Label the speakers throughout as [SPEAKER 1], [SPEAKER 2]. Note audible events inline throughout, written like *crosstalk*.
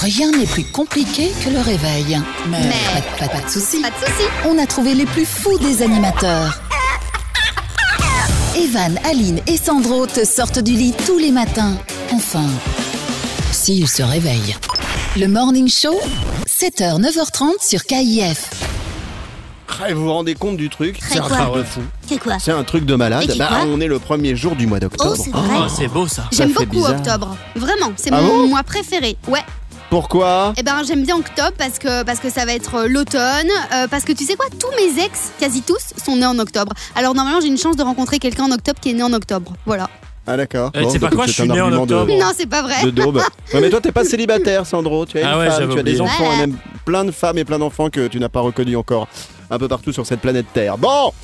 [SPEAKER 1] Rien n'est plus compliqué que le réveil. Mais,
[SPEAKER 2] Mais-
[SPEAKER 1] Pas, pas- pas de soucis.
[SPEAKER 2] Pas de soucis.
[SPEAKER 1] On a trouvé les plus fous des
[SPEAKER 2] *laughs*
[SPEAKER 1] animateurs. Evan, Aline et Sandro te sortent du lit tous les matins. Enfin, s'ils se réveillent. Le Morning Show, 7h, 9h30 sur KIF.
[SPEAKER 3] Ah, Vous vous rendez compte du truc
[SPEAKER 2] Très
[SPEAKER 3] C'est un
[SPEAKER 2] quoi
[SPEAKER 3] truc de fou.
[SPEAKER 2] C'est quoi
[SPEAKER 3] C'est un truc de malade. Bah,
[SPEAKER 2] Et qui quoi
[SPEAKER 3] on est le premier jour du mois
[SPEAKER 2] Oh,
[SPEAKER 3] d'octobre. Ah,
[SPEAKER 2] c'est
[SPEAKER 4] Oh,
[SPEAKER 2] vrai.
[SPEAKER 4] c'est beau ça.
[SPEAKER 2] J'aime
[SPEAKER 3] fait
[SPEAKER 2] beaucoup
[SPEAKER 3] bizarre.
[SPEAKER 2] octobre. Vraiment, c'est
[SPEAKER 3] Ah
[SPEAKER 2] mon
[SPEAKER 3] bon
[SPEAKER 2] mois préféré. Ouais.
[SPEAKER 3] Pourquoi
[SPEAKER 2] Eh ben j'aime bien octobre parce que parce que ça va être euh, l'automne, euh, parce que tu sais quoi, tous mes ex, quasi tous, sont nés en octobre. Alors normalement j'ai une chance de rencontrer quelqu'un en octobre qui est né en octobre. Voilà.
[SPEAKER 3] Ah d'accord.
[SPEAKER 4] Eh, tu sais pas
[SPEAKER 3] donc
[SPEAKER 4] quoi,
[SPEAKER 3] c'est
[SPEAKER 4] je suis
[SPEAKER 3] un
[SPEAKER 4] né en
[SPEAKER 3] argument de-
[SPEAKER 4] octobre. Bon.
[SPEAKER 2] Non c'est pas vrai.
[SPEAKER 3] De
[SPEAKER 2] *laughs*
[SPEAKER 3] daube. Ouais, mais toi, t'es pas célibataire, Sandro. Tu as une
[SPEAKER 4] Ah ouais,
[SPEAKER 3] femme,
[SPEAKER 4] j'avais
[SPEAKER 3] tu as des
[SPEAKER 4] oublié.
[SPEAKER 3] enfants,
[SPEAKER 2] Voilà.
[SPEAKER 3] et même plein de femmes et plein d'enfants que tu n'as pas reconnus encore un peu partout sur cette planète Terre. Bon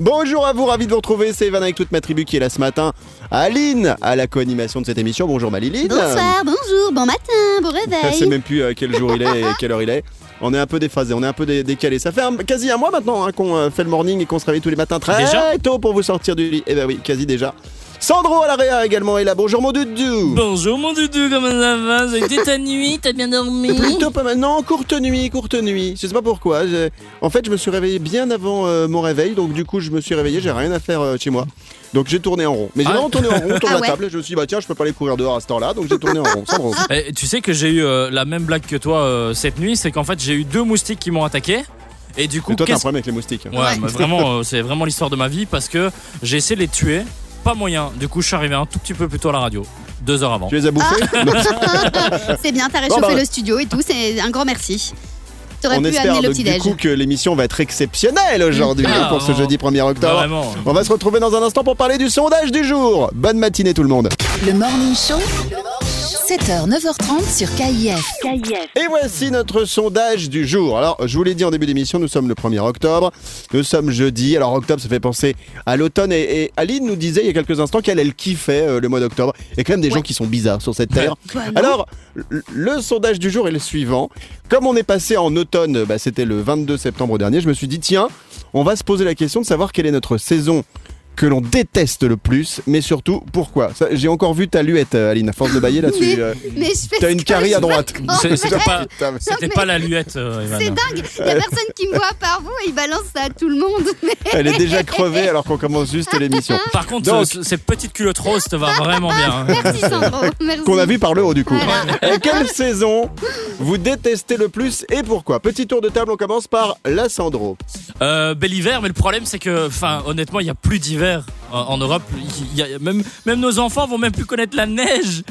[SPEAKER 3] Bonjour à vous, ravi de vous retrouver. C'est Evan avec toute ma tribu qui est là ce matin. Aline, à la co-animation de cette émission. Bonjour, ma Lilith.
[SPEAKER 2] Bonsoir, bonjour, bon matin, bon
[SPEAKER 3] Je sais
[SPEAKER 2] réveil.
[SPEAKER 3] même plus euh, quel jour il est et quelle heure il est. On est un peu déphasé, on est un peu dé- décalé. Ça fait un- quasi un mois maintenant hein, qu'on euh, fait le morning et qu'on se réveille tous les matins très
[SPEAKER 4] Déjà
[SPEAKER 3] tôt pour vous sortir du lit. Eh ben oui, quasi déjà. Sandro à la réa également est là. Bonjour mon doudou.
[SPEAKER 4] Bonjour mon doudou, comment ça va Ça a été ta nuit T'as bien dormi
[SPEAKER 3] Plutôt pas mal. Non, courte nuit, courte nuit. Je sais pas pourquoi. je- En fait, je me suis réveillé bien avant euh, mon réveil, donc du coup, je me suis réveillé. J'ai rien à faire euh, chez moi. Donc j'ai tourné en rond. Mais j'ai
[SPEAKER 4] *laughs* Ah.
[SPEAKER 3] vraiment tourné en rond autour
[SPEAKER 2] Ah
[SPEAKER 3] de la
[SPEAKER 2] ouais.
[SPEAKER 3] table. Je me suis dit, bah tiens, je peux pas aller courir dehors à ce temps-là. Donc j'ai tourné en rond. Sandro.
[SPEAKER 4] Eh, Tu sais que j'ai eu euh, la même blague que toi euh, cette nuit, c'est qu'en fait j'ai eu deux moustiques qui m'ont attaqué. Et du coup,
[SPEAKER 3] Et toi, t'as un
[SPEAKER 4] qu'est-ce
[SPEAKER 3] problème avec les moustiques.
[SPEAKER 4] Ouais,
[SPEAKER 2] Ouais.
[SPEAKER 4] mais vraiment, euh, c'est vraiment l'histoire de ma vie parce que j'ai essayé de les tuer, pas moyen. Du coup, je suis arrivé un tout petit peu plus tôt à la radio, deux heures avant.
[SPEAKER 3] Tu les as bouffés Non.
[SPEAKER 2] Ah. *laughs* c'est bien, t'as
[SPEAKER 3] Bon,
[SPEAKER 2] réchauffé
[SPEAKER 3] bah,
[SPEAKER 2] le studio et tout, c'est un grand merci. T'aurais
[SPEAKER 3] On
[SPEAKER 2] pu
[SPEAKER 3] espère
[SPEAKER 2] amener le
[SPEAKER 3] donc
[SPEAKER 2] petit
[SPEAKER 3] du
[SPEAKER 2] déj.
[SPEAKER 3] coup que l'émission va être exceptionnelle aujourd'hui
[SPEAKER 4] Ah,
[SPEAKER 3] hein, pour ce
[SPEAKER 4] on-
[SPEAKER 3] jeudi 1er
[SPEAKER 4] Bah,
[SPEAKER 3] octobre.
[SPEAKER 4] vraiment.
[SPEAKER 3] On va se retrouver dans un instant pour parler du sondage du jour. Bonne matinée tout le monde.
[SPEAKER 1] Le Morning Show, 7h, 9h30 sur KIF.
[SPEAKER 3] Et voici notre sondage du jour. Alors, je vous l'ai dit en début d'émission, nous sommes le 1er octobre, nous sommes jeudi. Alors, octobre, ça fait penser à l'automne. Et, et Aline nous disait il y a quelques instants qu'elle, elle kiffait euh, le mois d'octobre. Il y a quand même des gens qui sont bizarres sur cette terre.
[SPEAKER 2] Bah, non.
[SPEAKER 3] Alors, le- le sondage du jour est le suivant. Comme on est passé en automne, bah, c'était le 22 septembre dernier, je me suis dit, tiens, on va se poser la question de savoir quelle est notre saison que l'on déteste le plus, mais surtout pourquoi. Ça, J'ai encore vu ta luette, euh, Aline, à force de bailler là, tu
[SPEAKER 2] Mais-
[SPEAKER 3] euh,
[SPEAKER 2] mais je fais
[SPEAKER 3] t'as
[SPEAKER 2] ce
[SPEAKER 3] une
[SPEAKER 2] que
[SPEAKER 3] carie
[SPEAKER 2] je
[SPEAKER 3] à droite.
[SPEAKER 2] veux quand
[SPEAKER 4] C'est- c'est
[SPEAKER 2] même.
[SPEAKER 4] pas-
[SPEAKER 3] Putain, Oh, mais-
[SPEAKER 4] C'était pas la luette, euh, Evan.
[SPEAKER 2] C'est dingue, y a personne qui me voit par vous et il balance ça à tout le monde. Mais
[SPEAKER 3] Elle est déjà crevée alors qu'on commence juste l'émission.
[SPEAKER 4] Par contre,
[SPEAKER 3] Donc-
[SPEAKER 4] euh, ce- cette petite culotte rose te va vraiment bien. hein.
[SPEAKER 2] Ah, merci Sandro, merci.
[SPEAKER 3] Qu'on a vu par le haut du coup.
[SPEAKER 2] Voilà.
[SPEAKER 3] Euh, Quelle saison vous détestez le plus et pourquoi Petit tour de table, on commence par la Sandro.
[SPEAKER 4] Euh, bel hiver, mais le problème c'est que, enfin, honnêtement, il n'y a plus d'hiver en, en Europe. Il y a- même, même nos enfants vont même plus connaître la neige.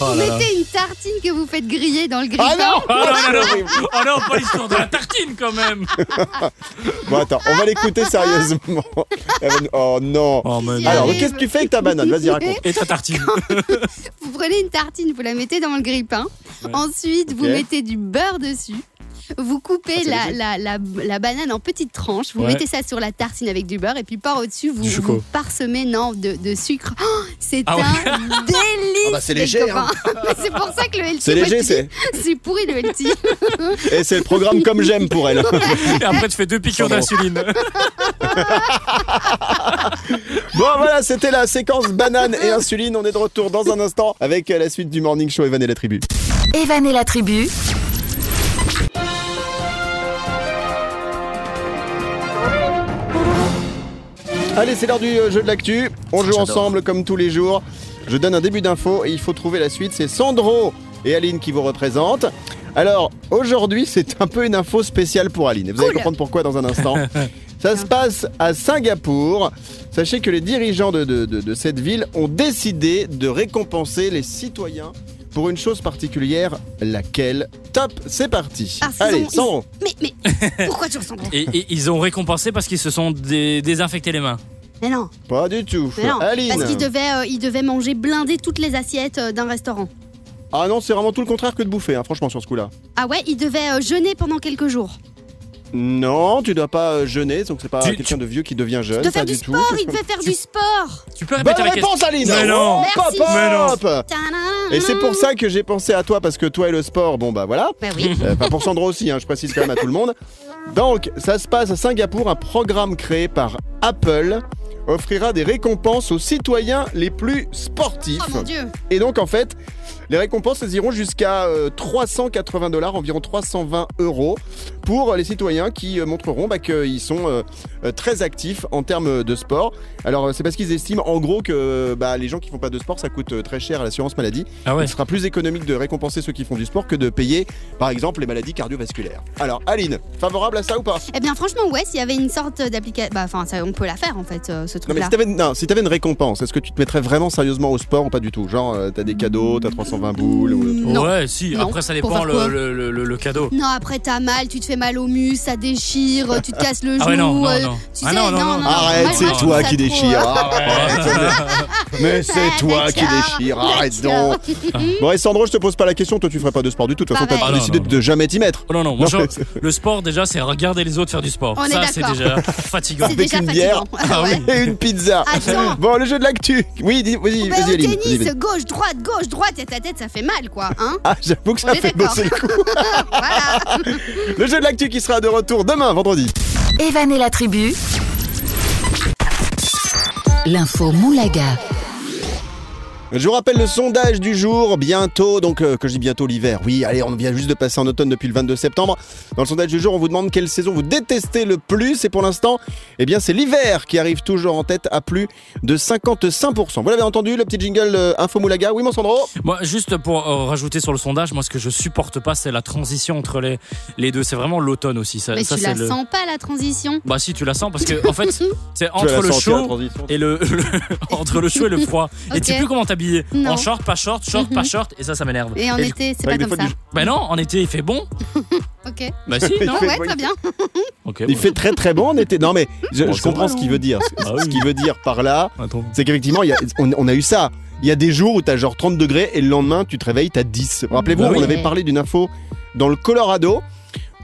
[SPEAKER 2] vous mettez une tartine que vous faites griller dans le grille
[SPEAKER 3] Ah non
[SPEAKER 4] Oh non, non, non.
[SPEAKER 3] *laughs*
[SPEAKER 4] Oh non, pas l'histoire de la tartine quand même.
[SPEAKER 3] Bon, attends, on va l'écouter sérieusement. Elle va nous- Oh non.
[SPEAKER 4] Oh, mais
[SPEAKER 2] non.
[SPEAKER 3] Alors,
[SPEAKER 2] arrive.
[SPEAKER 3] qu'est-ce que tu fais avec ta banane Vas-y, raconte.
[SPEAKER 4] Et ta tartine
[SPEAKER 2] Vous prenez une tartine, vous la mettez dans le grille-pain.
[SPEAKER 4] Ouais.
[SPEAKER 2] Ensuite, vous
[SPEAKER 3] Ok. Ah,
[SPEAKER 2] mettez du beurre dessus. Vous coupez la, la, la, la banane en petites tranches. Vous
[SPEAKER 4] Ouais.
[SPEAKER 2] mettez ça sur la tartine avec du beurre. Et puis par au-dessus, vous,
[SPEAKER 4] Du choco.
[SPEAKER 2] vous parsemez non, de, de sucre. Oh, c'est
[SPEAKER 4] Ah ouais.
[SPEAKER 2] un délice.
[SPEAKER 5] Ah bah, c'est
[SPEAKER 2] les
[SPEAKER 5] léger,
[SPEAKER 2] copains. Mais *laughs* c'est pour ça que le healthy.
[SPEAKER 3] hein. C'est
[SPEAKER 2] moi,
[SPEAKER 3] léger,
[SPEAKER 2] je dis, C'est pourri le healthy.
[SPEAKER 3] Et c'est le programme comme j'aime pour elle.
[SPEAKER 4] Et après, tu fais deux piqûres
[SPEAKER 5] Pardon.
[SPEAKER 4] d'insuline.
[SPEAKER 3] Bon, voilà, c'était la séquence banane et insuline. On est de retour dans un instant avec euh, la suite du Morning Show Evan et la tribu.
[SPEAKER 6] Evan et la tribu.
[SPEAKER 3] Allez, c'est l'heure du euh, jeu de l'actu. On joue
[SPEAKER 5] J'adore.
[SPEAKER 3] ensemble comme tous les jours. Je donne un début d'info et il faut trouver la suite. C'est Sandro et Aline qui vous représentent. Alors, aujourd'hui, c'est un peu une info spéciale pour Aline. Et Vous allez
[SPEAKER 2] Cool.
[SPEAKER 3] comprendre pourquoi dans un instant. Ça se passe à Singapour. Sachez que les dirigeants de, de- de- de cette ville ont décidé de récompenser les citoyens pour une chose particulière. Laquelle Top, c'est parti.
[SPEAKER 2] Ah, c'est
[SPEAKER 3] allez,
[SPEAKER 2] bon, ils-
[SPEAKER 3] Sandro.
[SPEAKER 2] Mais,
[SPEAKER 3] *laughs*
[SPEAKER 2] mais pourquoi tu ressens
[SPEAKER 4] *laughs* Et, et ils ont récompensé parce qu'ils se sont dé- désinfectés les mains.
[SPEAKER 2] Mais non,
[SPEAKER 3] Pas du tout.
[SPEAKER 2] mais non.
[SPEAKER 3] Aline.
[SPEAKER 2] Parce qu'ils devaient, euh, ils devaient manger blindé toutes les assiettes euh, d'un restaurant.
[SPEAKER 3] Ah non, c'est vraiment tout le contraire que de bouffer, hein, franchement, sur ce coup-là.
[SPEAKER 2] Ah ouais, ils devaient euh, jeûner pendant quelques jours.
[SPEAKER 3] Non, tu dois pas euh, jeûner, donc c'est pas
[SPEAKER 4] Tu-
[SPEAKER 3] quelqu'un de vieux qui devient jeune,
[SPEAKER 2] De
[SPEAKER 3] pas
[SPEAKER 2] faire
[SPEAKER 3] du
[SPEAKER 2] du
[SPEAKER 3] tout.
[SPEAKER 2] sport, ils devaient faire
[SPEAKER 3] *laughs*
[SPEAKER 2] du sport.
[SPEAKER 4] Tu peux
[SPEAKER 3] Bonne
[SPEAKER 4] répéter la question
[SPEAKER 3] réponse, Aline
[SPEAKER 4] Mais non.
[SPEAKER 3] Hop, hop,
[SPEAKER 2] Merci.
[SPEAKER 4] Mais non.
[SPEAKER 3] hop. Et c'est pour ça que j'ai pensé à toi, parce que toi et le sport, bon bah voilà.
[SPEAKER 2] Bah
[SPEAKER 3] *laughs*
[SPEAKER 2] oui.
[SPEAKER 3] Euh, Enfin, pour Sandro aussi, hein, je précise quand même à tout le monde. Donc, ça se passe à Singapour, un programme créé par Apple offrira des récompenses aux citoyens les plus sportifs.
[SPEAKER 2] Oh mon dieu.
[SPEAKER 3] Et donc, en fait, les récompenses, elles iront jusqu'à euh, 380 dollars, environ 320 euros, pour les citoyens qui euh, montreront bah, qu'ils sont euh, euh, très actifs en termes de sport. Alors, euh, c'est parce qu'ils estiment, en gros, que euh, bah, les gens qui font pas de sport, ça coûte euh, très cher à l'assurance maladie.
[SPEAKER 4] Ah ouais.
[SPEAKER 3] Il sera plus économique de récompenser ceux qui font du sport que de payer, par exemple, les maladies cardiovasculaires. Alors, Aline, favorable à ça ou pas
[SPEAKER 2] Eh bien franchement ouais, s'il y avait une sorte d'application, bah enfin ça, on peut la faire en fait euh, ce
[SPEAKER 3] Non,
[SPEAKER 2] truc
[SPEAKER 3] mais
[SPEAKER 2] là.
[SPEAKER 3] si t'avais non, si t'avais une récompense, est-ce que tu te mettrais vraiment sérieusement au sport ou pas du tout Genre, euh, t'as des cadeaux, t'as 320 boules ou...
[SPEAKER 2] Non.
[SPEAKER 4] Ouais, si,
[SPEAKER 2] Non.
[SPEAKER 4] après ça
[SPEAKER 2] Pour
[SPEAKER 4] dépend
[SPEAKER 2] faire quoi
[SPEAKER 4] le, le- le- le- le cadeau.
[SPEAKER 2] Non après t'as mal, tu te fais mal au mus, ça
[SPEAKER 3] *laughs*
[SPEAKER 2] déchire, tu te casses le genou.
[SPEAKER 4] Ah ouais, non, non,
[SPEAKER 2] euh,
[SPEAKER 4] non.
[SPEAKER 2] Tu
[SPEAKER 4] Ah
[SPEAKER 2] sais,
[SPEAKER 4] non, non, non.
[SPEAKER 3] Arrête,
[SPEAKER 2] Moi, je
[SPEAKER 3] c'est
[SPEAKER 2] trouve
[SPEAKER 4] *laughs*
[SPEAKER 3] toi
[SPEAKER 2] ça
[SPEAKER 3] qui
[SPEAKER 2] trop,
[SPEAKER 3] déchire. Ah
[SPEAKER 2] euh,
[SPEAKER 3] Mais c'est
[SPEAKER 2] Ah,
[SPEAKER 3] toi qui
[SPEAKER 2] d'accord,
[SPEAKER 3] déchire, arrête
[SPEAKER 2] d'accord. *laughs*
[SPEAKER 3] donc.
[SPEAKER 2] Ah.
[SPEAKER 3] Bon, et Sandro, je te pose pas la question, toi tu ferais pas de sport du tout. De toute façon,
[SPEAKER 2] Pareil.
[SPEAKER 3] t'as
[SPEAKER 4] Ah, non,
[SPEAKER 3] décidé
[SPEAKER 4] non,
[SPEAKER 3] de jamais t'y mettre.
[SPEAKER 4] Oh non, non,
[SPEAKER 3] Non,
[SPEAKER 4] moi, genre,
[SPEAKER 3] mais c'est-
[SPEAKER 4] le sport déjà, c'est regarder les autres faire du sport.
[SPEAKER 2] On est
[SPEAKER 4] ça, c'est
[SPEAKER 2] d'accord. *laughs*
[SPEAKER 4] déjà fatigant.
[SPEAKER 2] C'est
[SPEAKER 3] Avec
[SPEAKER 2] déjà
[SPEAKER 3] une bière.
[SPEAKER 2] fatigant. Ah ouais.
[SPEAKER 3] Et une pizza.
[SPEAKER 2] Attends.
[SPEAKER 3] Bon, le jeu de l'actu. Oui, dis- *laughs* vas-y,
[SPEAKER 2] Bah,
[SPEAKER 3] vas-y,
[SPEAKER 2] au
[SPEAKER 3] Aline. vas-y,
[SPEAKER 2] tennis,
[SPEAKER 3] vas-y.
[SPEAKER 2] gauche, droite, gauche, droite, et ta tête, ça fait mal, quoi,
[SPEAKER 3] *laughs*
[SPEAKER 2] hein
[SPEAKER 3] Ah, j'avoue que ça
[SPEAKER 2] On est
[SPEAKER 3] fait
[SPEAKER 2] d'accord.
[SPEAKER 3] bosser le coup.
[SPEAKER 2] Voilà.
[SPEAKER 3] Le jeu de l'actu qui sera de retour demain, vendredi.
[SPEAKER 6] Evan et la tribu.
[SPEAKER 1] L'info Moulaga.
[SPEAKER 3] Je vous rappelle le sondage du jour, bientôt, donc euh, que je dis bientôt l'hiver, oui, allez, on vient juste de passer en automne depuis le 22 septembre. Dans le sondage du jour, on vous demande quelle saison vous détestez le plus, et pour l'instant, eh bien c'est l'hiver qui arrive toujours en tête à plus de 55%. Vous l'avez entendu, le petit jingle euh, Info Moulaga, oui mon Sandro
[SPEAKER 4] Moi, juste pour euh, rajouter sur le sondage, moi, ce que je supporte pas, c'est la transition entre les, les deux. C'est vraiment l'automne aussi. Ça,
[SPEAKER 2] Mais
[SPEAKER 4] ça,
[SPEAKER 2] tu
[SPEAKER 4] c'est
[SPEAKER 2] la
[SPEAKER 4] le-
[SPEAKER 2] sens pas la transition
[SPEAKER 4] Bah, si, tu la sens parce que,
[SPEAKER 2] *laughs*
[SPEAKER 4] en fait, c'est
[SPEAKER 3] Tu vas la
[SPEAKER 4] entre le
[SPEAKER 3] sentir, la
[SPEAKER 4] chaud
[SPEAKER 3] transition.
[SPEAKER 4] et le, *laughs* entre le chaud et le froid. Et tu sais
[SPEAKER 2] Ok.
[SPEAKER 4] plus comment t'habiller.
[SPEAKER 2] Non. Mhm.
[SPEAKER 4] En short, pas short, short, pas short, et ça, ça m'énerve.
[SPEAKER 2] Et en
[SPEAKER 4] Et du-
[SPEAKER 2] été, c'est
[SPEAKER 3] Bah,
[SPEAKER 2] pas
[SPEAKER 3] il est
[SPEAKER 2] comme ça.
[SPEAKER 3] faute
[SPEAKER 4] Bah non, en été, il fait bon.
[SPEAKER 2] Ok.
[SPEAKER 4] Bah si,
[SPEAKER 3] Il
[SPEAKER 4] non.
[SPEAKER 3] fait
[SPEAKER 2] Ouais,
[SPEAKER 3] bon,
[SPEAKER 2] très
[SPEAKER 3] il-
[SPEAKER 2] bien.
[SPEAKER 4] Ok.
[SPEAKER 3] Il fait très très bon en été. Non mais je,
[SPEAKER 4] Bon,
[SPEAKER 3] je
[SPEAKER 4] ça
[SPEAKER 3] comprends
[SPEAKER 4] va,
[SPEAKER 3] ce qu'il veut dire. Ce-
[SPEAKER 4] Ah
[SPEAKER 3] Ce
[SPEAKER 4] oui.
[SPEAKER 3] qu'il veut dire par là,
[SPEAKER 4] Attends.
[SPEAKER 3] c'est qu'effectivement, il y a- on, on a eu ça. Il y a des jours où t'as genre 30 degrés et le lendemain, tu te réveilles, t'as 10. Rappelez-vous,
[SPEAKER 4] Bah oui.
[SPEAKER 3] on avait parlé d'une info dans le Colorado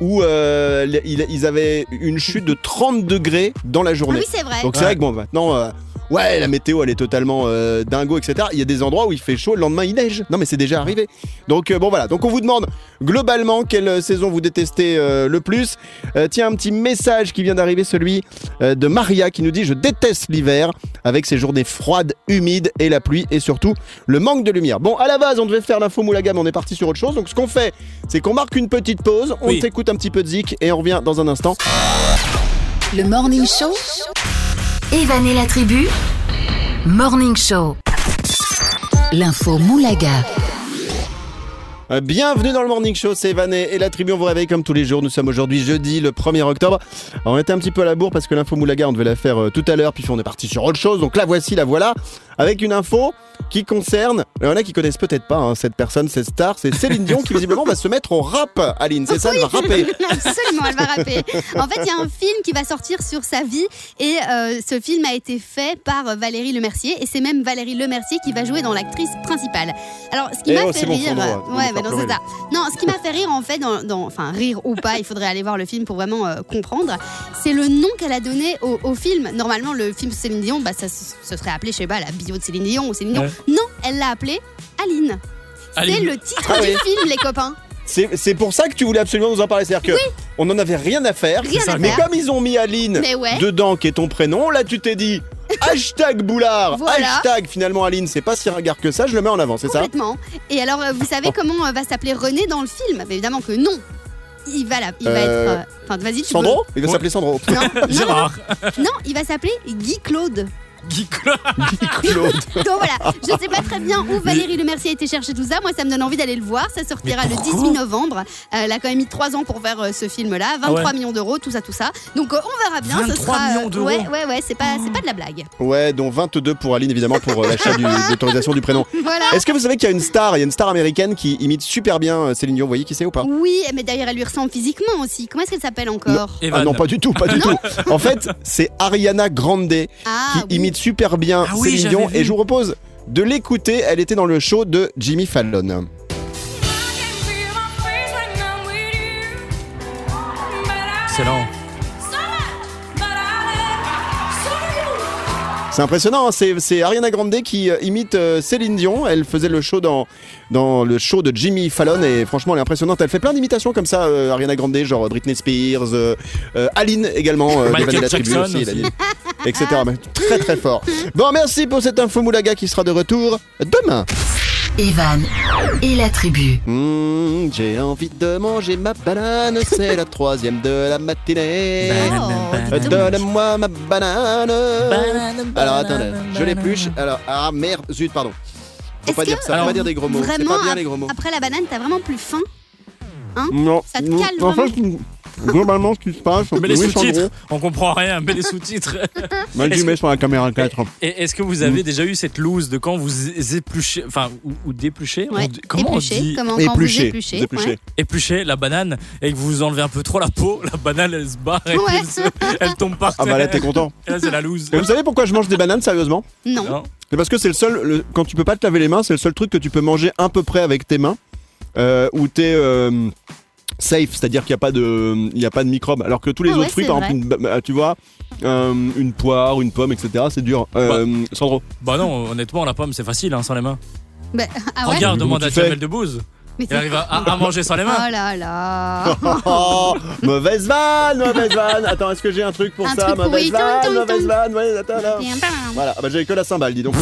[SPEAKER 3] où euh, le- il- ils avaient une chute de 30 degrés dans la
[SPEAKER 2] Ah
[SPEAKER 3] journée.
[SPEAKER 2] oui, c'est vrai.
[SPEAKER 3] Donc c'est
[SPEAKER 4] Ouais.
[SPEAKER 3] vrai que bon, maintenant, euh, ouais, la météo, elle est totalement euh, dingo, etc. Il y a des endroits où il fait chaud, le lendemain, il neige. Non, mais c'est déjà arrivé. Donc euh, bon, voilà. Donc on vous demande globalement quelle euh, saison vous détestez euh, le plus. Euh, tiens, un petit message qui vient d'arriver, celui euh, de Maria qui nous dit Je déteste l'hiver avec ses journées froides, humides et la pluie et surtout le manque de lumière. Bon, à la base, on devait faire l'info moulaga, mais on est parti sur autre chose. Donc ce qu'on fait, c'est qu'on marque une petite pause, on
[SPEAKER 4] Oui.
[SPEAKER 3] t'écoute un petit peu de zik et on revient dans un instant.
[SPEAKER 1] Le Morning Show,
[SPEAKER 6] Evan et la tribu. Morning show.
[SPEAKER 1] l'info Moulaga.
[SPEAKER 3] Euh, Bienvenue dans le Morning Show, c'est Evané et la tribu, on vous réveille comme tous les jours. Nous sommes aujourd'hui jeudi, le 1er octobre. Alors, on était un petit peu à la bourre parce que l'info Moulaga, on devait la faire euh, tout à l'heure, puis on est parti sur autre chose. Donc la voici, la voilà, avec une info qui concerne. Il y en a qui connaissent peut-être pas hein, cette personne, cette star, c'est Céline Dion qui visiblement va se mettre au rap, Aline. C'est ça, elle va rapper.
[SPEAKER 2] *laughs* Absolument, elle va rapper. En fait, il y a un film qui va sortir sur sa vie et euh, ce film a été fait par euh, Valérie Lemercier et c'est même Valérie Lemercier qui va jouer dans l'actrice principale. Alors, ce qui
[SPEAKER 3] Eh
[SPEAKER 2] m'a
[SPEAKER 3] oh,
[SPEAKER 2] fait
[SPEAKER 3] c'est bon,
[SPEAKER 2] rire,
[SPEAKER 3] son
[SPEAKER 2] euh,
[SPEAKER 3] droit, de nous
[SPEAKER 2] ouais,
[SPEAKER 3] faire
[SPEAKER 2] mais non,
[SPEAKER 3] pleurer,
[SPEAKER 2] c'est ça. Non, ce qui m'a fait rire en fait, dans, dans- enfin rire ou pas, il faudrait aller voir le film pour vraiment euh, comprendre. C'est le nom qu'elle a donné au, au film. Normalement, le film Céline Dion, bah, ça se se serait appelé, je sais pas, la bio de Céline Dion ou Céline Dion.
[SPEAKER 4] Ouais.
[SPEAKER 2] Non, elle l'a appelé Aline. C'est
[SPEAKER 4] Aline.
[SPEAKER 2] le titre
[SPEAKER 3] Ah
[SPEAKER 2] du
[SPEAKER 3] oui.
[SPEAKER 2] film,
[SPEAKER 3] *laughs*
[SPEAKER 2] les copains.
[SPEAKER 3] C'est c'est pour ça que tu voulais absolument nous en parler. C'est-à-dire que on n'en avait rien à faire.
[SPEAKER 2] Rien à
[SPEAKER 3] mais
[SPEAKER 2] faire.
[SPEAKER 3] comme ils ont mis Aline
[SPEAKER 2] Mais ouais.
[SPEAKER 3] dedans, qui est ton prénom, là tu t'es
[SPEAKER 2] *laughs*
[SPEAKER 3] dit hashtag boulard,
[SPEAKER 2] Voilà.
[SPEAKER 3] hashtag finalement Aline, c'est pas si ringard que ça, je le mets en avant, c'est ça
[SPEAKER 2] Complètement. Et alors, euh, vous savez comment euh, va s'appeler René dans le film Mais Évidemment que non. Il va, la, il va
[SPEAKER 3] Euh,
[SPEAKER 2] être. euh, Enfin, vas-y, tu
[SPEAKER 3] Sandro Il va
[SPEAKER 4] Ouais.
[SPEAKER 3] s'appeler
[SPEAKER 2] *laughs*
[SPEAKER 3] Sandro. *laughs*
[SPEAKER 2] peux- Non, non, non,
[SPEAKER 4] Gérard.
[SPEAKER 2] non, il va s'appeler Guy Claude.
[SPEAKER 4] Guy Claude.
[SPEAKER 3] Claude.
[SPEAKER 2] Donc voilà, je sais pas très bien où Valérie Lemercier a été chercher tout ça. Moi, ça me donne envie d'aller le voir. Ça sortira le 18 novembre. Euh, elle a quand même mis 3 ans pour faire euh, ce film-là. 23
[SPEAKER 4] Ah ouais.
[SPEAKER 2] millions d'euros, tout ça, tout ça. Donc euh, on verra bien.
[SPEAKER 4] 23
[SPEAKER 2] ce sera, euh,
[SPEAKER 4] millions d'euros.
[SPEAKER 2] Ouais, ouais, ouais, c'est pas,
[SPEAKER 3] Ah.
[SPEAKER 2] c'est pas de la blague.
[SPEAKER 3] *laughs* Ouais, dont 22 pour Aline évidemment pour euh, l'achat du- de l'autorisation du prénom.
[SPEAKER 2] Voilà.
[SPEAKER 3] Est-ce que vous savez qu'il y a une star, il y a une star américaine qui imite super bien euh, Céline Dion, vous voyez qui c'est ou pas
[SPEAKER 2] Oui, mais d'ailleurs, elle lui ressemble physiquement aussi. Comment est-ce qu'elle s'appelle encore
[SPEAKER 4] Evan.
[SPEAKER 3] Ah non, pas du tout, pas du tout. En fait, c'est Ariana Grande. qui
[SPEAKER 2] Ah, oui.
[SPEAKER 3] imite super bien
[SPEAKER 4] Ah oui,
[SPEAKER 3] Céline
[SPEAKER 4] j'avais
[SPEAKER 3] Dion.
[SPEAKER 4] vu.
[SPEAKER 3] Et je vous propose de l'écouter. Elle était dans le show de Jimmy Fallon.
[SPEAKER 4] Excellent.
[SPEAKER 3] C'est impressionnant, hein, c'est c'est Ariana Grande qui euh, imite euh, Céline Dion. Elle faisait le show dans, dans le show de Jimmy Fallon et franchement elle est impressionnante. Elle fait plein d'imitations comme ça, euh, Ariana Grande, genre Britney Spears, euh, euh, Aline également, euh,
[SPEAKER 4] Michael
[SPEAKER 3] d'Evan et la Tribu
[SPEAKER 4] Jackson
[SPEAKER 3] aussi,
[SPEAKER 4] aussi.
[SPEAKER 3] Aline, etc. Mais très très fort. Bon, merci pour cette info Moulaga qui sera de retour demain.
[SPEAKER 6] Evan et la tribu.
[SPEAKER 3] Mmh, J'ai envie de manger ma banane, c'est la troisième de la matinée.
[SPEAKER 4] Bah,
[SPEAKER 3] Euh,
[SPEAKER 2] Banane, banane.
[SPEAKER 3] Donne-moi ma banane.
[SPEAKER 4] bah,
[SPEAKER 3] Alors attendez, je l'épluche. Alors ah merde, zut, pardon. Faut
[SPEAKER 2] Est-ce
[SPEAKER 3] pas
[SPEAKER 2] que
[SPEAKER 3] dire ça, faut
[SPEAKER 4] Alors,
[SPEAKER 3] pas dire des gros mots. C'est
[SPEAKER 2] Vraiment,
[SPEAKER 3] pas bien
[SPEAKER 2] ap-
[SPEAKER 3] les gros mots.
[SPEAKER 2] après la banane, t'as vraiment plus faim.
[SPEAKER 3] Non.
[SPEAKER 2] ça te calme En fait,
[SPEAKER 3] globalement, ce qui se passe,
[SPEAKER 4] bah. Mais les sous-titres, on comprend rien, mais
[SPEAKER 3] *laughs*
[SPEAKER 4] les sous-titres.
[SPEAKER 3] mal
[SPEAKER 4] Est-ce-
[SPEAKER 3] mets sur la caméra 4.
[SPEAKER 4] Et est-ce que vous avez déjà eu cette loose de quand vous é- épluchez, enfin, ou, ou dépluchez,
[SPEAKER 2] Ouais.
[SPEAKER 4] ou d- comment on
[SPEAKER 2] Épluché,
[SPEAKER 4] dit
[SPEAKER 2] comment quand vous
[SPEAKER 3] Épluché.
[SPEAKER 2] épluchez,
[SPEAKER 3] Épluché.
[SPEAKER 2] ouais.
[SPEAKER 4] épluchez la banane et que vous enlevez un peu trop la peau, la banane elle se barre et
[SPEAKER 2] Ouais.
[SPEAKER 4] puis elle, se- elle tombe par
[SPEAKER 3] Ah
[SPEAKER 4] terre.
[SPEAKER 3] bah là, t'es content.
[SPEAKER 4] Et là, c'est la loose.
[SPEAKER 3] Et vous savez pourquoi je mange des bananes, sérieusement
[SPEAKER 2] Non.
[SPEAKER 4] Non.
[SPEAKER 3] C'est parce que c'est le seul. le- quand tu peux pas te laver les mains, c'est le seul truc que tu peux manger à peu près avec tes mains. Euh, où t'es. euh, Safe, c'est-à-dire qu'il n'y a pas de, il y a pas de microbes, alors que tous les
[SPEAKER 2] Ah
[SPEAKER 3] autres
[SPEAKER 2] ouais,
[SPEAKER 3] fruits,
[SPEAKER 2] c'est
[SPEAKER 3] par exemple, une ba- tu vois, euh, une poire, une pomme, etc., c'est dur. Euh,
[SPEAKER 2] *laughs*
[SPEAKER 3] Sandro,
[SPEAKER 4] Bah non, honnêtement, la pomme c'est facile hein, sans les mains.
[SPEAKER 2] Bah, ah ouais
[SPEAKER 4] Regarde,
[SPEAKER 3] Mais
[SPEAKER 4] demande
[SPEAKER 3] comment
[SPEAKER 4] à
[SPEAKER 3] tu fais
[SPEAKER 4] Jamel Debbouze.
[SPEAKER 2] Mais
[SPEAKER 4] Il arrive à, à- à manger sans les
[SPEAKER 2] Oh
[SPEAKER 4] mains.
[SPEAKER 2] là là.
[SPEAKER 3] *laughs* Oh, mauvaise vanne, mauvaise vanne. Attends, est-ce que j'ai un truc pour
[SPEAKER 2] Un
[SPEAKER 3] ça
[SPEAKER 2] truc pour-
[SPEAKER 3] Mauvaise
[SPEAKER 2] oui, tom,
[SPEAKER 3] vanne,
[SPEAKER 2] tom,
[SPEAKER 3] mauvaise
[SPEAKER 2] tom.
[SPEAKER 3] vanne. ouais, attends, là.
[SPEAKER 2] Bien, bam.
[SPEAKER 3] Voilà, ah bah j'avais que la cymbale, dis donc.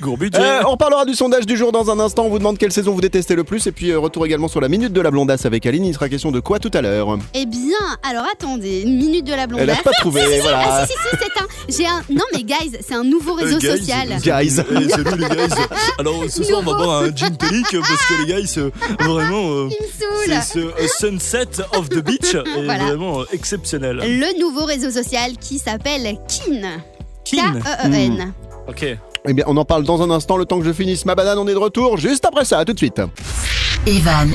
[SPEAKER 4] Gros budget.
[SPEAKER 3] Euh, on parlera du sondage du jour dans un instant. On vous demande quelle saison vous détestez le plus. Et puis euh, retour également sur la minute de la blondasse avec Aline. Il sera question de quoi tout à l'heure
[SPEAKER 2] Eh bien, alors attendez, une minute de
[SPEAKER 3] Elle
[SPEAKER 2] la
[SPEAKER 3] a
[SPEAKER 2] blondasse.
[SPEAKER 3] pas trouvé,
[SPEAKER 2] Ah
[SPEAKER 3] voilà. Euh,
[SPEAKER 2] si si si, c'est un. J'ai un. Non mais guys, c'est un nouveau réseau social.
[SPEAKER 3] Guys.
[SPEAKER 5] salut les
[SPEAKER 2] *laughs*
[SPEAKER 5] guys. Alors ce soir on va boire un gin tonic parce que les guys euh, vraiment euh,
[SPEAKER 2] Il me
[SPEAKER 5] c'est
[SPEAKER 2] saoule.
[SPEAKER 5] ce euh, sunset of the beach est
[SPEAKER 2] Voilà.
[SPEAKER 5] vraiment euh, exceptionnel.
[SPEAKER 2] Le nouveau réseau social qui s'appelle Kin. K
[SPEAKER 4] Kin.
[SPEAKER 2] E E
[SPEAKER 3] Mmh.
[SPEAKER 2] N.
[SPEAKER 4] Ok.
[SPEAKER 3] Eh bien, on en parle dans un instant. Le temps que je finisse ma banane, on est de retour juste après ça. À tout de suite.
[SPEAKER 6] Evan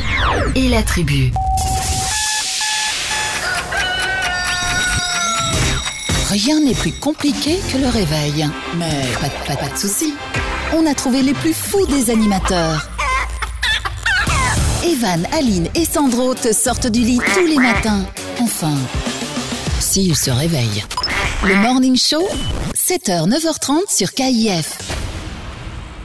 [SPEAKER 6] et la tribu.
[SPEAKER 1] Rien n'est plus compliqué que le réveil. Mais pas, de- pas, pas de soucis. On a trouvé les plus fous des animateurs. Evan, Aline et Sandro te sortent du lit tous les matins. Enfin, s'ils se réveillent. Le Morning Show, 7h, 9h30 sur KIF.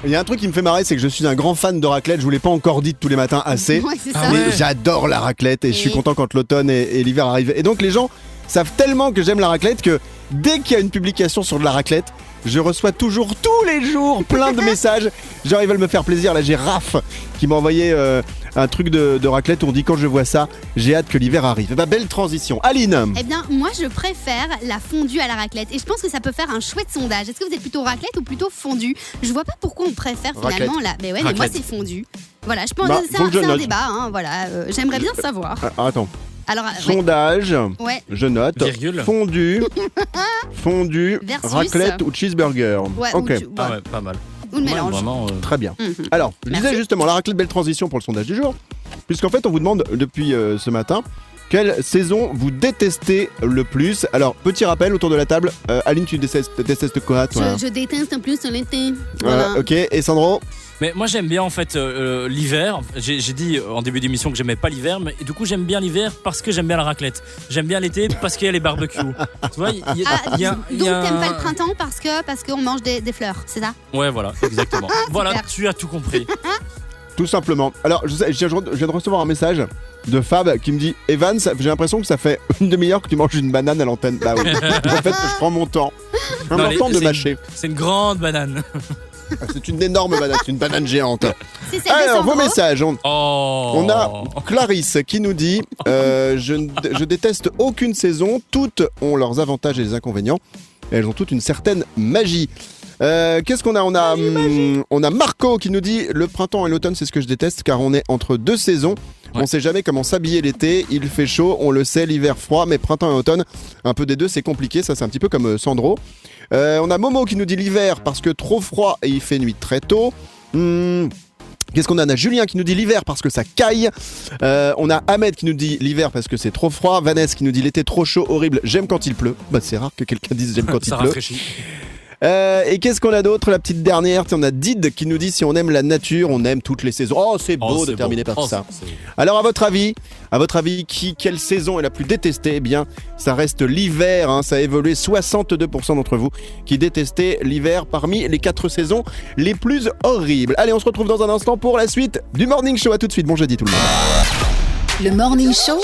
[SPEAKER 3] Il y a un truc qui me fait marrer, c'est que je suis un grand fan de raclette. Je vous l'ai pas encore dit tous les matins assez.
[SPEAKER 2] Ouais, c'est
[SPEAKER 4] Ah
[SPEAKER 2] ça.
[SPEAKER 4] ouais.
[SPEAKER 3] Mais j'adore la raclette et je suis
[SPEAKER 2] Et-
[SPEAKER 3] content quand l'automne et, et l'hiver arrivent. Et donc les gens savent tellement que j'aime la raclette que dès qu'il y a une publication sur de la raclette, je reçois toujours tous les jours plein
[SPEAKER 2] *laughs*
[SPEAKER 3] de messages. Genre ils veulent me faire plaisir. Là j'ai Raph qui m'a envoyé euh, un truc de, de raclette où on dit quand je vois ça, j'ai hâte que l'hiver arrive. Et bah belle transition. Aline
[SPEAKER 2] Eh bien, moi, je préfère la fondue à la raclette. Et je pense que ça peut faire un chouette sondage. Est-ce que vous êtes plutôt raclette ou plutôt fondue Je vois pas pourquoi on préfère finalement la. Mais ouais, mais moi,
[SPEAKER 4] Raclette.
[SPEAKER 2] c'est fondue. Voilà, je pense
[SPEAKER 3] Bah,
[SPEAKER 2] que c'est
[SPEAKER 3] faut
[SPEAKER 2] un,
[SPEAKER 3] que je
[SPEAKER 2] c'est un
[SPEAKER 3] note.
[SPEAKER 2] débat. hein, voilà, euh, j'aimerais bien savoir.
[SPEAKER 3] Ah, attends.
[SPEAKER 2] Alors, euh, ouais,
[SPEAKER 3] Sondage,
[SPEAKER 2] ouais,
[SPEAKER 3] je note.
[SPEAKER 4] Virgule.
[SPEAKER 3] Fondu,
[SPEAKER 2] *laughs*
[SPEAKER 3] fondu,
[SPEAKER 2] Versus.
[SPEAKER 3] raclette ou cheeseburger.
[SPEAKER 2] ouais,
[SPEAKER 3] ok,
[SPEAKER 2] ou, tu-
[SPEAKER 4] Ah
[SPEAKER 2] ouais,
[SPEAKER 4] ouais, pas mal.
[SPEAKER 2] ou bah, le
[SPEAKER 4] Ouais,
[SPEAKER 2] mélange.
[SPEAKER 4] vraiment, euh,
[SPEAKER 3] très bien.
[SPEAKER 2] Mhm.
[SPEAKER 3] Alors, je
[SPEAKER 2] Merci.
[SPEAKER 3] disais justement la raclette, belle transition pour le sondage du jour. Puisqu'en fait, on vous demande depuis euh, ce matin quelle saison vous détestez le plus. Alors, petit rappel autour de la table. euh, Aline, tu détestes, détestes quoi,
[SPEAKER 2] Je,
[SPEAKER 3] toi
[SPEAKER 2] je déteste un plus l'été.
[SPEAKER 3] Voilà,
[SPEAKER 2] Voilà.
[SPEAKER 3] Ok, et Sandro
[SPEAKER 4] Mais moi j'aime bien en fait euh, euh, l'hiver. J'ai j'ai dit euh, en début d'émission que j'aimais pas l'hiver, mais du coup j'aime bien l'hiver parce que j'aime bien la raclette. J'aime bien l'été parce qu'il y a les barbecues. tu vois, il y, a-
[SPEAKER 2] Ah,
[SPEAKER 4] il y a-
[SPEAKER 2] donc
[SPEAKER 4] il y a
[SPEAKER 2] t'aimes
[SPEAKER 4] un-
[SPEAKER 2] pas le printemps parce que parce qu'on mange des, des fleurs, c'est ça
[SPEAKER 4] Ouais, voilà,
[SPEAKER 2] *laughs*
[SPEAKER 4] exactement. voilà,
[SPEAKER 2] Super.
[SPEAKER 4] tu as
[SPEAKER 2] *laughs*
[SPEAKER 4] tout compris.
[SPEAKER 3] Tout simplement. Alors, je, sais- je- je viens de recevoir un message de Fab qui me dit Evan, ça- j'ai l'impression que ça fait *laughs* une demi-heure que tu manges une banane à l'antenne. Bah oui. en fait, je prends mon temps. Un
[SPEAKER 4] Non, les-
[SPEAKER 3] temps de
[SPEAKER 4] c'est une-
[SPEAKER 3] mâcher.
[SPEAKER 4] C'est une grande banane.
[SPEAKER 3] C'est une énorme banane, c'est une banane géante.
[SPEAKER 2] Si c'est
[SPEAKER 3] Alors, vos
[SPEAKER 2] Alessandro,
[SPEAKER 3] messages. Eh, On,
[SPEAKER 4] Oh.
[SPEAKER 3] on a Clarisse qui nous dit euh, je, ne- je déteste aucune saison, toutes ont leurs avantages et les inconvénients. Et elles ont toutes une certaine magie. Euh, Qu'est-ce qu'on a on a, hum, on a Marco qui nous dit Le printemps et l'automne, c'est ce que je déteste car on est entre deux saisons.
[SPEAKER 4] Ouais.
[SPEAKER 3] On sait jamais comment s'habiller l'été. Il fait chaud, on le sait, l'hiver froid, mais printemps et automne, un peu des deux, c'est compliqué. Ça, c'est un petit peu comme euh, Sandro. Euh, on a Momo qui nous dit l'hiver parce que trop froid et il fait nuit très tôt. Hum, Qu'est-ce qu'on a On a Julien qui nous dit l'hiver parce que ça caille. Euh, on a Ahmed qui nous dit l'hiver parce que c'est trop froid. Vanessa qui nous dit l'été trop chaud, horrible. J'aime quand il pleut. Bah, c'est rare que quelqu'un dise
[SPEAKER 4] *laughs*
[SPEAKER 3] j'aime quand il
[SPEAKER 4] Ça
[SPEAKER 3] pleut.
[SPEAKER 4] rafraîchit.
[SPEAKER 3] Euh, et qu'est-ce qu'on a d'autre La petite dernière, on a Did qui nous dit si on aime la nature, on aime toutes les saisons. Oh, c'est beau
[SPEAKER 4] Oh,
[SPEAKER 3] de
[SPEAKER 4] c'est
[SPEAKER 3] terminer
[SPEAKER 4] beau.
[SPEAKER 3] par
[SPEAKER 4] Oh,
[SPEAKER 3] ça.
[SPEAKER 4] c'est- c'est-
[SPEAKER 3] Alors, à votre avis, à votre avis, qui, quelle saison est la plus détestée Eh bien, ça reste l'hiver. hein. ça a évolué 62% d'entre vous qui détestaient l'hiver parmi les quatre saisons les plus horribles. Allez, on se retrouve dans un instant pour la suite du Morning Show. À tout de suite. Bon jeudi tout le monde.
[SPEAKER 1] Le Morning Show.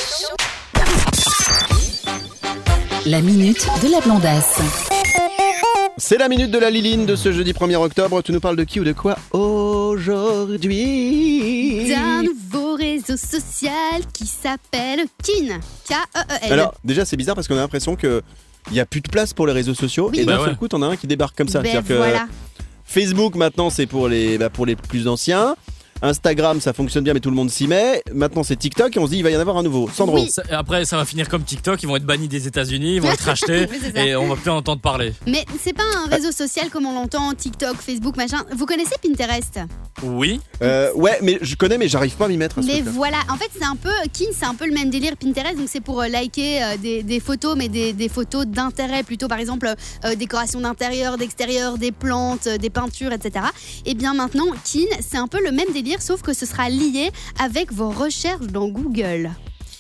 [SPEAKER 1] La minute de la blondasse.
[SPEAKER 3] C'est la minute de la Liline de ce jeudi 1er octobre. Tu nous parles de qui ou de quoi aujourd'hui
[SPEAKER 2] D'un nouveau réseau social qui s'appelle Kin. E K-E-E-L.
[SPEAKER 3] Alors, déjà, c'est bizarre parce qu'on a l'impression que. Il n'y a plus de place pour les réseaux sociaux
[SPEAKER 2] Oui.
[SPEAKER 3] et d'un
[SPEAKER 4] Bah
[SPEAKER 3] seul
[SPEAKER 4] ouais.
[SPEAKER 3] coup t'en as un qui débarque comme ça.
[SPEAKER 2] Ben
[SPEAKER 3] C'est-à-dire que
[SPEAKER 2] voilà.
[SPEAKER 3] Facebook maintenant c'est pour les bah, pour les plus anciens, Instagram ça fonctionne bien mais tout le monde s'y met. Maintenant c'est TikTok et on se dit il va y en avoir un nouveau. Sandro,
[SPEAKER 2] Oui.
[SPEAKER 4] Ça- Après, ça va finir comme TikTok. Ils vont être bannis des
[SPEAKER 2] *laughs*
[SPEAKER 4] États-Unis, ils vont être rachetés
[SPEAKER 2] Oui, c'est ça.
[SPEAKER 4] et on va plus en entendre parler.
[SPEAKER 2] Mais c'est pas un réseau social comme on l'entend, TikTok, Facebook, machin. Vous connaissez Pinterest
[SPEAKER 4] Oui.
[SPEAKER 3] Euh, ouais mais je connais mais j'arrive pas à m'y mettre. à ce
[SPEAKER 2] Mais
[SPEAKER 3] truc-là.
[SPEAKER 2] voilà, en fait, c'est un peu Kin, c'est un peu le même délire Pinterest. Donc c'est pour euh, liker euh, des, des photos, mais des, des photos d'intérêt plutôt, par exemple euh, décoration d'intérieur, d'extérieur, des plantes, euh, des peintures, etc. Et Eh bien maintenant, Kin, c'est un peu le même délire, sauf que ce sera lié avec vos recherches dans Google.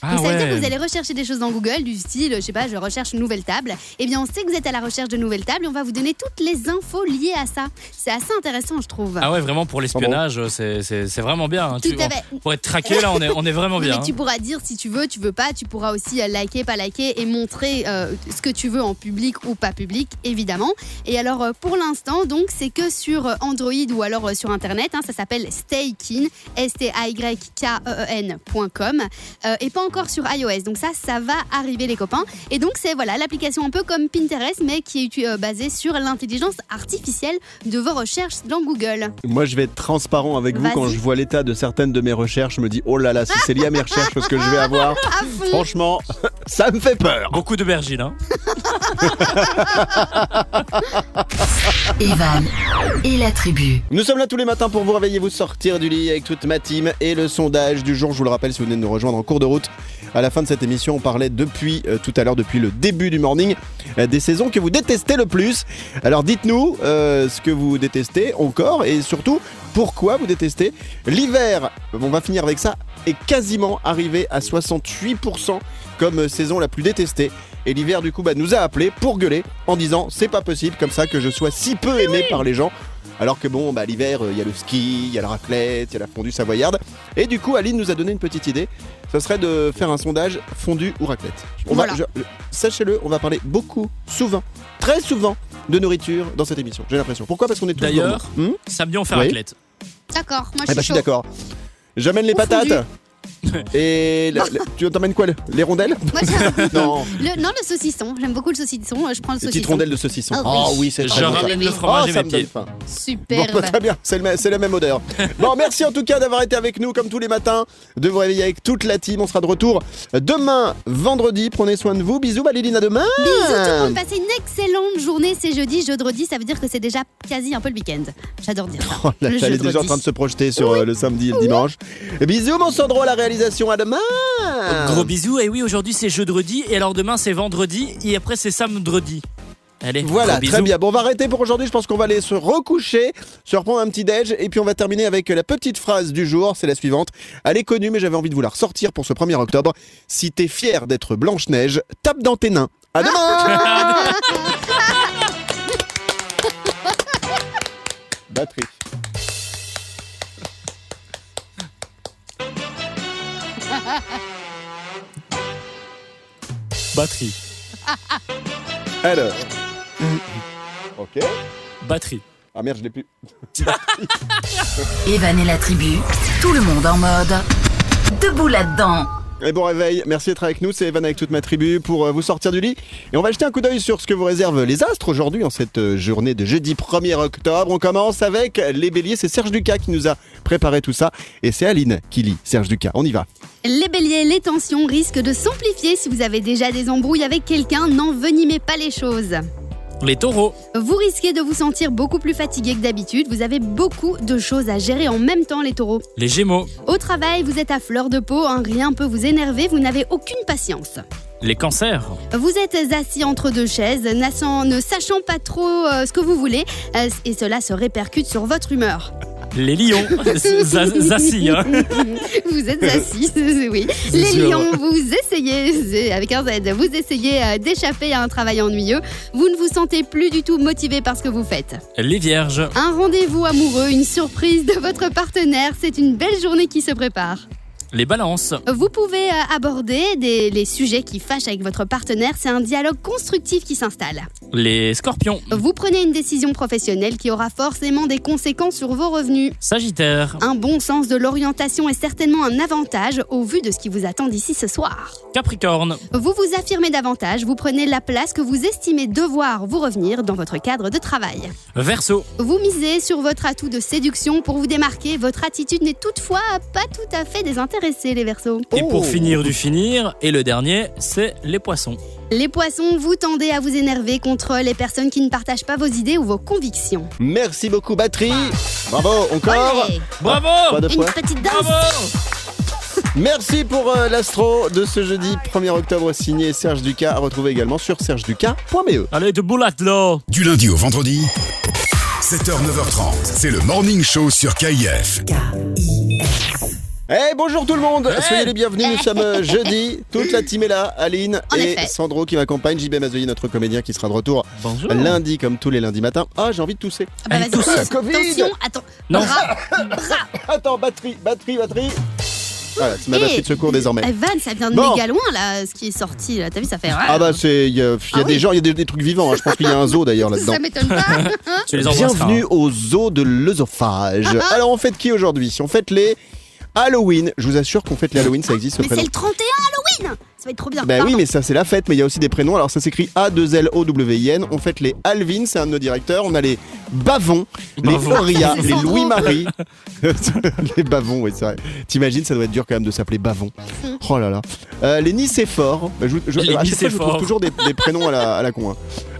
[SPEAKER 4] Ah
[SPEAKER 2] Donc, ça veut dire
[SPEAKER 4] ouais.
[SPEAKER 2] que vous allez rechercher des choses dans Google, du style, je sais pas, je recherche une nouvelle table. Eh bien, on sait que vous êtes à la recherche de nouvelles tables et on va vous donner toutes les infos liées à ça. C'est assez intéressant, je trouve.
[SPEAKER 4] Ah ouais, vraiment pour l'espionnage, c'est- c'est c'est vraiment bien. hein.
[SPEAKER 2] Tout
[SPEAKER 4] Tu-
[SPEAKER 2] à
[SPEAKER 4] on-
[SPEAKER 2] fait.
[SPEAKER 4] Pour être traqué là, on est, on est vraiment
[SPEAKER 2] Oui,
[SPEAKER 4] bien.
[SPEAKER 2] mais tu pourras dire si tu veux, tu veux pas, tu pourras aussi euh, liker, pas liker et montrer euh, ce que tu veux en public ou pas public, évidemment. Et alors euh, pour l'instant, donc c'est que sur euh, Android ou alors euh, sur internet, hein, ça s'appelle Staykin, S T A Y K E N.com euh, et pas encore sur iOS. Donc ça ça va arriver les copains. Et donc c'est voilà, l'application un peu comme Pinterest mais qui est euh, basée sur l'intelligence artificielle de vos recherches dans Google.
[SPEAKER 3] Moi, je vais être transparent avec vous
[SPEAKER 2] Vas-y.
[SPEAKER 3] quand je vois l'état de certaines de mes recherches. Je me dis, oh là là, si c'est lié à mes recherches, ce que je vais
[SPEAKER 2] *laughs*
[SPEAKER 3] avoir,
[SPEAKER 2] À fond.
[SPEAKER 3] franchement, *laughs* ça me fait peur.
[SPEAKER 4] Beaucoup de bergines, hein.
[SPEAKER 6] Evan et la tribu.
[SPEAKER 3] Nous sommes là tous les matins pour vous réveiller, vous sortir du lit avec toute ma team et le sondage du jour. Je vous le rappelle, si vous venez de nous rejoindre en cours de route, à la fin de cette émission, on parlait depuis euh, tout à l'heure, depuis le début du morning, euh, des saisons que vous détestez le plus. Alors dites-nous euh, ce que vous détestez encore et surtout pourquoi vous détestez l'hiver. On va finir avec ça est quasiment arrivé à 68% comme euh, saison la plus détestée. Et l'hiver, du coup, bah, nous a appelés pour gueuler en disant c'est pas possible comme ça que je sois si peu aimé par les gens. Alors que bon, bah, l'hiver, il y a le ski, il y a la raclette, il y a la fondue savoyarde. Et du coup, Aline nous a donné une petite idée. Ce serait de faire un sondage fondue ou raclette. On va-
[SPEAKER 2] Voilà.
[SPEAKER 3] je- je- Sachez-le, on va parler beaucoup, souvent, très souvent de nourriture dans cette émission. J'ai l'impression. Pourquoi Parce qu'on est tous
[SPEAKER 4] D'ailleurs,
[SPEAKER 3] gourmands. Hmm
[SPEAKER 4] Samedi, on fait
[SPEAKER 3] Oui.
[SPEAKER 4] raclette.
[SPEAKER 2] D'accord, moi
[SPEAKER 3] Eh
[SPEAKER 2] ben, je
[SPEAKER 3] bah, je
[SPEAKER 2] suis
[SPEAKER 3] suis
[SPEAKER 2] chaud.
[SPEAKER 3] d'accord. J'amène les
[SPEAKER 2] Ou
[SPEAKER 3] patates.
[SPEAKER 2] fondue.
[SPEAKER 3] *laughs* Et la- la- tu t'emmènes quoi le- Les
[SPEAKER 4] *laughs*
[SPEAKER 3] rondelles
[SPEAKER 2] Moi, j'aime-
[SPEAKER 3] Non.
[SPEAKER 2] le, non, le saucisson. J'aime beaucoup le saucisson. Euh, Je prends le
[SPEAKER 3] Les
[SPEAKER 2] saucisson.
[SPEAKER 3] petites rondelles de saucisson.
[SPEAKER 2] Ah oui.
[SPEAKER 3] c'est
[SPEAKER 4] Je
[SPEAKER 3] bon, ça.
[SPEAKER 4] ramène le
[SPEAKER 2] oui.
[SPEAKER 4] fromage
[SPEAKER 3] Ah,
[SPEAKER 4] et
[SPEAKER 3] ça
[SPEAKER 4] mes
[SPEAKER 3] me donne
[SPEAKER 4] pieds.
[SPEAKER 3] faim. Bon,
[SPEAKER 2] Superbe.
[SPEAKER 3] bah, très bien, c'est le même- c'est la même
[SPEAKER 4] *laughs*
[SPEAKER 3] odeur. Bon, merci en tout cas d'avoir été avec nous comme tous les matins, de vous réveiller avec toute la team. On sera de retour demain, vendredi. Prenez soin de vous. Bisous, Valéline, à demain.
[SPEAKER 2] Bisous tout le monde, passez une excellente journée. C'est jeudi, jeudi, ça veut dire que c'est déjà quasi un peu le week-end. J'adore
[SPEAKER 3] *laughs*
[SPEAKER 2] dire ça.
[SPEAKER 3] Oh là
[SPEAKER 2] le
[SPEAKER 3] là, elle est déjà en
[SPEAKER 2] jeudredi.
[SPEAKER 3] train de se projeter sur euh, le samedi et le dimanche. Et bisous, mon Sandro, à la réalisation. À demain.
[SPEAKER 4] Gros bisous. Et oui, aujourd'hui c'est jeudi et alors demain c'est vendredi et après c'est samedi. Allez,
[SPEAKER 3] Voilà,
[SPEAKER 4] gros
[SPEAKER 3] très
[SPEAKER 4] bisous. *laughs*
[SPEAKER 3] bien. Bon, on va arrêter pour aujourd'hui. Je pense qu'on va aller se recoucher, se reprendre un petit déj, et puis on va terminer avec la petite phrase du jour. C'est la suivante. Elle est connue, mais j'avais envie de vous la ressortir pour ce 1er octobre. Si t'es fier d'être Blanche Neige, tape dans tes nains. À demain. Batterie.
[SPEAKER 4] Batterie,
[SPEAKER 3] Alors. Ok.
[SPEAKER 4] batterie.
[SPEAKER 3] Ah merde, je l'ai plus.
[SPEAKER 6] Evan et la tribu, tout le monde en mode. Debout là-dedans.
[SPEAKER 3] Et bon réveil, merci d'être avec nous, c'est Evan avec toute ma tribu pour euh, vous sortir du lit. Et on va jeter un coup d'œil sur ce que vous réservent les astres aujourd'hui en cette euh, journée de jeudi 1er octobre. On commence avec les béliers, c'est Serge Ducas qui nous a préparé tout ça. Et c'est Aline qui lit Serge Ducas, on y va.
[SPEAKER 2] Les béliers, les tensions risquent de s'amplifier si vous avez déjà des embrouilles avec quelqu'un. N'envenimez pas les choses.
[SPEAKER 4] Les taureaux,
[SPEAKER 2] Vous risquez de vous sentir beaucoup plus fatigué que d'habitude. Vous avez beaucoup de choses à gérer en même temps, les taureaux.
[SPEAKER 4] les gémeaux,
[SPEAKER 2] Au travail, vous êtes à fleur de peau. Un rien peut vous énerver. Vous n'avez aucune patience.
[SPEAKER 4] les cancers,
[SPEAKER 2] Vous êtes assis entre deux chaises, nassant- ne sachant pas trop euh, ce que vous voulez, euh, et cela se répercute sur votre humeur.
[SPEAKER 3] *laughs*
[SPEAKER 4] les lions. Z- Zassi, hein.
[SPEAKER 2] *laughs* Vous êtes assis, *laughs* oui. Les
[SPEAKER 4] sûr.
[SPEAKER 2] lions, vous essayez, c'est avec un Z, vous essayez euh, d'échapper à un travail ennuyeux. Vous ne vous sentez plus du tout motivé par ce que vous faites.
[SPEAKER 4] les vierges,
[SPEAKER 2] Un rendez-vous amoureux, une surprise de votre partenaire, c'est une belle journée qui se prépare.
[SPEAKER 4] les balances,
[SPEAKER 2] Vous pouvez euh, aborder des- les sujets qui fâchent avec votre partenaire, c'est un dialogue constructif qui s'installe.
[SPEAKER 4] les scorpions,
[SPEAKER 2] Vous prenez une décision professionnelle qui aura forcément des conséquences sur vos revenus.
[SPEAKER 4] sagittaires,
[SPEAKER 2] Un bon sens de l'orientation est certainement un avantage au vu de ce qui vous attend d'ici ce soir.
[SPEAKER 4] capricorne,
[SPEAKER 2] Vous vous affirmez davantage, vous prenez la place que vous estimez devoir vous revenir dans votre cadre de travail.
[SPEAKER 4] verseau,
[SPEAKER 2] Vous misez sur votre atout de séduction pour vous démarquer, votre attitude n'est toutefois pas tout à fait désintéressée les Verseaux.
[SPEAKER 4] Et
[SPEAKER 3] Oh.
[SPEAKER 4] pour finir du finir, et le dernier, c'est les poissons.
[SPEAKER 2] Les poissons, vous tendez à vous énerver contre les personnes qui ne partagent pas vos idées ou vos convictions.
[SPEAKER 3] Merci beaucoup, batterie. Bravo, encore.
[SPEAKER 2] Allez,
[SPEAKER 4] Bravo
[SPEAKER 3] Ah, Pas de
[SPEAKER 2] une
[SPEAKER 3] fois.
[SPEAKER 2] petite danse
[SPEAKER 4] Bravo
[SPEAKER 3] Merci pour euh, l'astro de ce jeudi 1er octobre signé Serge Ducas, à retrouver également sur sergeducas.be.
[SPEAKER 4] Allez, de boulette là
[SPEAKER 7] Du lundi au vendredi, 7h, 9h30, c'est le Morning Show sur KIF.
[SPEAKER 3] Eh bonjour tout le monde, soyez les bienvenus, nous sommes euh,
[SPEAKER 2] *laughs*
[SPEAKER 3] jeudi, toute la team est là, Aline
[SPEAKER 2] En
[SPEAKER 3] et
[SPEAKER 2] effet.
[SPEAKER 3] Sandro qui m'accompagne, JB Mazoyer, notre comédien qui sera de retour
[SPEAKER 4] Bonjour
[SPEAKER 3] lundi comme tous les lundis matins. Ah j'ai envie de
[SPEAKER 2] *laughs*
[SPEAKER 3] tousser.
[SPEAKER 2] Ah bah
[SPEAKER 4] Allez,
[SPEAKER 2] vas-y,
[SPEAKER 4] tous.
[SPEAKER 2] pousse.
[SPEAKER 3] Covid.
[SPEAKER 2] Attention, attends.
[SPEAKER 4] Non.
[SPEAKER 2] Bras.
[SPEAKER 3] *laughs* Attends, batterie, batterie, batterie. Voilà, c'est ma
[SPEAKER 2] Eh.
[SPEAKER 3] batterie de secours désormais.
[SPEAKER 2] Eh, Van, ça vient de
[SPEAKER 3] Bon.
[SPEAKER 2] méga loin là, ce qui est sorti. là. T'as vu, ça fait.
[SPEAKER 3] Ah bah c'est il y a, il y a
[SPEAKER 2] Ah
[SPEAKER 3] des
[SPEAKER 2] oui.
[SPEAKER 3] gens, il y a des, des trucs vivants, hein. je pense qu'il y a un zoo d'ailleurs là-dedans.
[SPEAKER 2] ça
[SPEAKER 3] *laughs*
[SPEAKER 2] m'étonne pas.
[SPEAKER 4] Tu les embrasseras,
[SPEAKER 3] Bienvenue
[SPEAKER 4] hein.
[SPEAKER 3] au zoo de l'œsophage.
[SPEAKER 2] Ah,
[SPEAKER 3] Alors on fête qui aujourd'hui On fête les Halloween. Je vous assure qu'on fête les Halloween, ça existe ce
[SPEAKER 2] mais c'est
[SPEAKER 3] prénom.
[SPEAKER 2] le 31 Halloween. Ça va être trop bien. Ah,
[SPEAKER 3] Ben oui,
[SPEAKER 2] Pardon.
[SPEAKER 3] mais ça c'est la fête, mais il y a aussi des prénoms. Alors ça s'écrit A2L-O-W-I-N. On fête les Alvin, c'est un de nos directeurs. On a les Bavons,
[SPEAKER 4] Bravo.
[SPEAKER 3] les Auria,
[SPEAKER 2] *laughs* C'est
[SPEAKER 3] les
[SPEAKER 2] Sandro.
[SPEAKER 3] Louis-Marie. *laughs* les Bavons, oui, c'est vrai. T'imagines, ça doit être dur quand même de s'appeler Bavon. Oh là là. Euh, les Nicéphores. Je, je,
[SPEAKER 4] Les
[SPEAKER 3] à chaque fois, je trouve
[SPEAKER 4] Nicéphores.
[SPEAKER 3] toujours des, des prénoms à la, à la con. hein.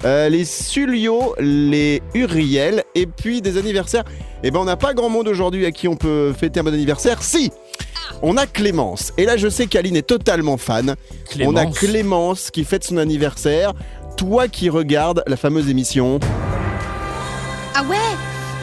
[SPEAKER 3] Euh, les Sulio, les Uriel, et puis des anniversaires. Eh ben, on n'a pas grand monde aujourd'hui à qui on peut fêter un bon anniversaire. Si on a Clémence. Et là, je sais qu'Aline est totalement fan.
[SPEAKER 4] Clémence.
[SPEAKER 3] On a Clémence qui fête son anniversaire. Toi qui regardes la fameuse émission
[SPEAKER 2] Ah ouais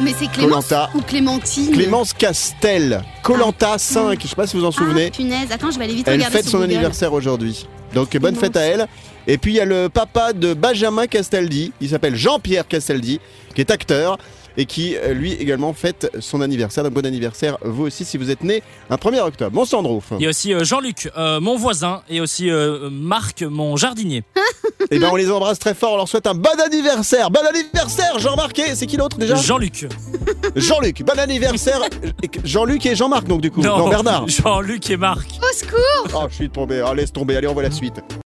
[SPEAKER 2] Mais c'est Clémence
[SPEAKER 3] Colanta.
[SPEAKER 2] ou Clémentine
[SPEAKER 3] Clémence Castel, Colanta 5, je sais pas si vous en
[SPEAKER 2] Ah,
[SPEAKER 3] souvenez.
[SPEAKER 2] punaise. Attends, je vais aller vite
[SPEAKER 3] Elle
[SPEAKER 2] regarder.
[SPEAKER 3] fête
[SPEAKER 2] sur
[SPEAKER 3] son
[SPEAKER 2] Google.
[SPEAKER 3] anniversaire aujourd'hui. Donc bonne
[SPEAKER 2] Clémence.
[SPEAKER 3] fête à elle. Et puis il y a le papa de Benjamin Castaldi, il s'appelle Jean-Pierre Castaldi, qui est acteur et qui euh, lui également fête son anniversaire. Donc bon anniversaire vous aussi si vous êtes né un 1er octobre. Mon Sandro.
[SPEAKER 4] Il y a aussi euh, Jean-Luc, euh, mon voisin, et aussi euh, Marc, mon jardinier.
[SPEAKER 3] Et ben on les embrasse très fort, on leur souhaite un bon anniversaire. Bon anniversaire Jean-Marc et c'est qui l'autre déjà
[SPEAKER 4] Jean-Luc.
[SPEAKER 3] Jean-Luc. Bon anniversaire Jean-Luc et Jean-Marc donc du coup. Non, Bernard.
[SPEAKER 4] Jean-Luc et Marc.
[SPEAKER 2] Au secours
[SPEAKER 3] Oh, je suis tombé. Ah, laisse tomber. Allez, on voit la suite.